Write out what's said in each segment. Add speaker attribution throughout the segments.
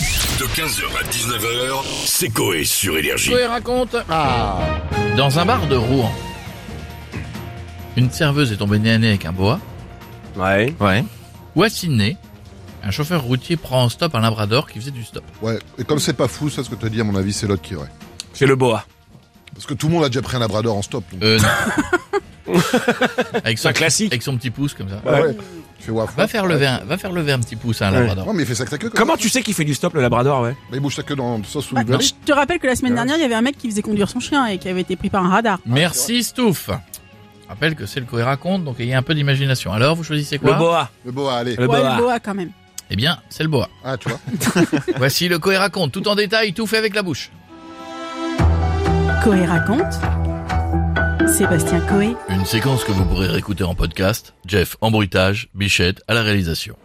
Speaker 1: De 15h à 19h, c'est Coé sur Énergie.
Speaker 2: Coé raconte. Ah. Dans un bar de Rouen, une serveuse est tombée nez à nez avec un boa.
Speaker 3: Ouais.
Speaker 2: Ouais. Ou à Sydney, un chauffeur routier prend en stop un labrador qui faisait du stop.
Speaker 4: Ouais, et comme c'est pas fou, ça, ce que t'as dit, à mon avis, c'est l'autre qui est vrai.
Speaker 3: C'est le boa.
Speaker 4: Parce que tout le monde a déjà pris un labrador en stop. donc.
Speaker 2: Euh, non. avec son,
Speaker 3: Un classique.
Speaker 2: Avec son petit pouce comme ça.
Speaker 4: Ah ouais. Tu fais waf,
Speaker 2: Va
Speaker 4: waf.
Speaker 2: faire lever un, va faire lever un petit pouce à un
Speaker 3: Ouais.
Speaker 2: labrador.
Speaker 4: Non, mais il fait ça avec sa queue, quand même.
Speaker 3: Comment tu sais qu'il fait du stop le labrador, ouais
Speaker 4: Mais il bouge sa queue dans le sens où il veut
Speaker 5: Ouais,
Speaker 4: aller.
Speaker 5: Bah, je te rappelle que la semaine dernière, il y avait un mec qui faisait conduire son chien et qui avait été pris par un radar.
Speaker 2: Merci Stouff. Je Rappelle que c'est le Coé raconte, donc ayez un peu d'imagination. Alors, vous choisissez
Speaker 3: Le
Speaker 2: quoi
Speaker 3: boa.
Speaker 4: Le boa, allez.
Speaker 3: Le
Speaker 5: ouais,
Speaker 3: boa.
Speaker 5: le boa quand même.
Speaker 2: Eh bien, c'est le boa.
Speaker 4: Ah, tu vois.
Speaker 2: Voici le Coé raconte, tout en détail, tout fait avec la bouche.
Speaker 5: Coé raconte. Sébastien Coé.
Speaker 2: Une séquence que vous pourrez réécouter en podcast. Jeff en bruitage, Bichette à la réalisation.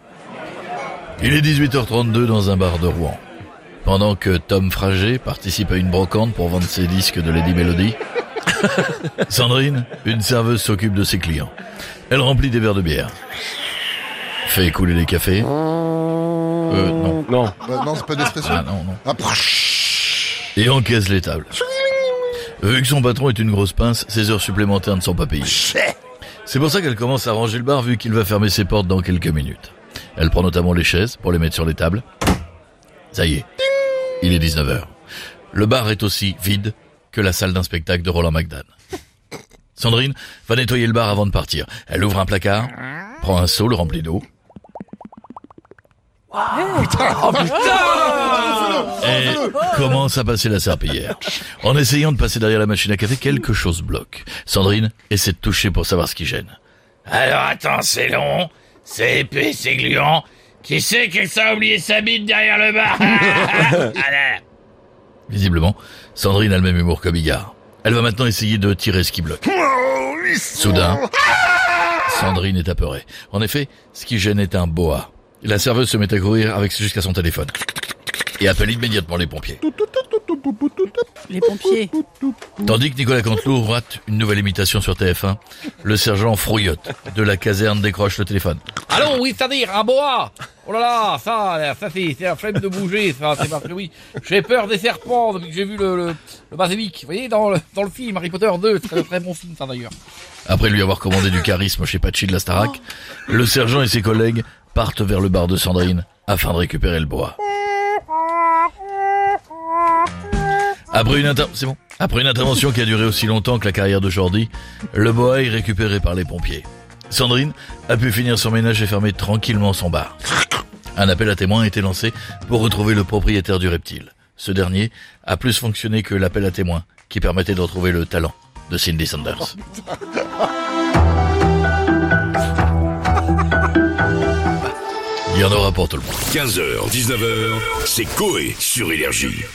Speaker 2: Il est 18h32 dans un bar de Rouen. Pendant que Tom Frager participe à une brocante pour vendre ses disques de Lady Melody, Sandrine, une serveuse s'occupe de ses clients. Elle remplit des verres de bière, fait couler les cafés. Euh, non.
Speaker 3: Non.
Speaker 4: Bah, non, c'est pas d'expression.
Speaker 2: Ah, non, non
Speaker 4: Ah, prrrch.
Speaker 2: et encaisse les tables. Vu que son patron est une grosse pince, ses heures supplémentaires ne sont pas payées. C'est pour ça qu'elle commence à ranger le bar vu qu'il va fermer ses portes dans quelques minutes. Elle prend notamment les chaises pour les mettre sur les tables. Ça y est, il est 19h. Le bar est aussi vide que la salle d'un spectacle de Roland McDan. Sandrine va nettoyer le bar avant de partir. Elle ouvre un placard, prend un seau, le remplit d'eau. et commence à passer la serpillière. En essayant de passer derrière la machine à café, quelque chose bloque. Sandrine essaie de toucher pour savoir ce qui gêne. Alors attends, c'est long, c'est épais, c'est gluant. Qui sait qu'elle a oublié sa bite derrière le bar Visiblement, Sandrine a le même humour que Bigard. Elle va maintenant essayer de tirer ce qui bloque. Soudain, Sandrine est apeurée. En effet, ce qui gêne est un boa. La serveuse se met à courir avec jusqu'à son téléphone et appelle immédiatement les pompiers.
Speaker 5: Les pompiers.
Speaker 2: Tandis que Nicolas Canteloup rate une nouvelle imitation sur TF1, le sergent Frouillotte de la caserne décroche le téléphone.
Speaker 6: Allô, oui, c'est-à-dire un boa Oh là là, ça, ça c'est c'est la flemme de bouger, ça, c'est parce que oui, j'ai peur des serpents depuis que j'ai vu le, le, le Basilic, vous voyez, dans le, dans le film Harry Potter 2, c'est un très bon film ça d'ailleurs.
Speaker 2: Après lui avoir commandé du charisme chez Pachi de la Starac, le sergent et ses collègues partent vers le bar de Sandrine afin de récupérer le bois. Après une, inter- c'est bon. Après une intervention qui a duré aussi longtemps que la carrière de Jordi, le boa est récupéré par les pompiers. Sandrine a pu finir son ménage et fermer tranquillement son bar. Un appel à témoins a été lancé pour retrouver le propriétaire du reptile. Ce dernier a plus fonctionné que l'appel à témoins qui permettait de retrouver le talent de Cindy Sanders. Il y en aura pour tout le monde.
Speaker 1: 15h, 19h, c'est Coé sur Énergie.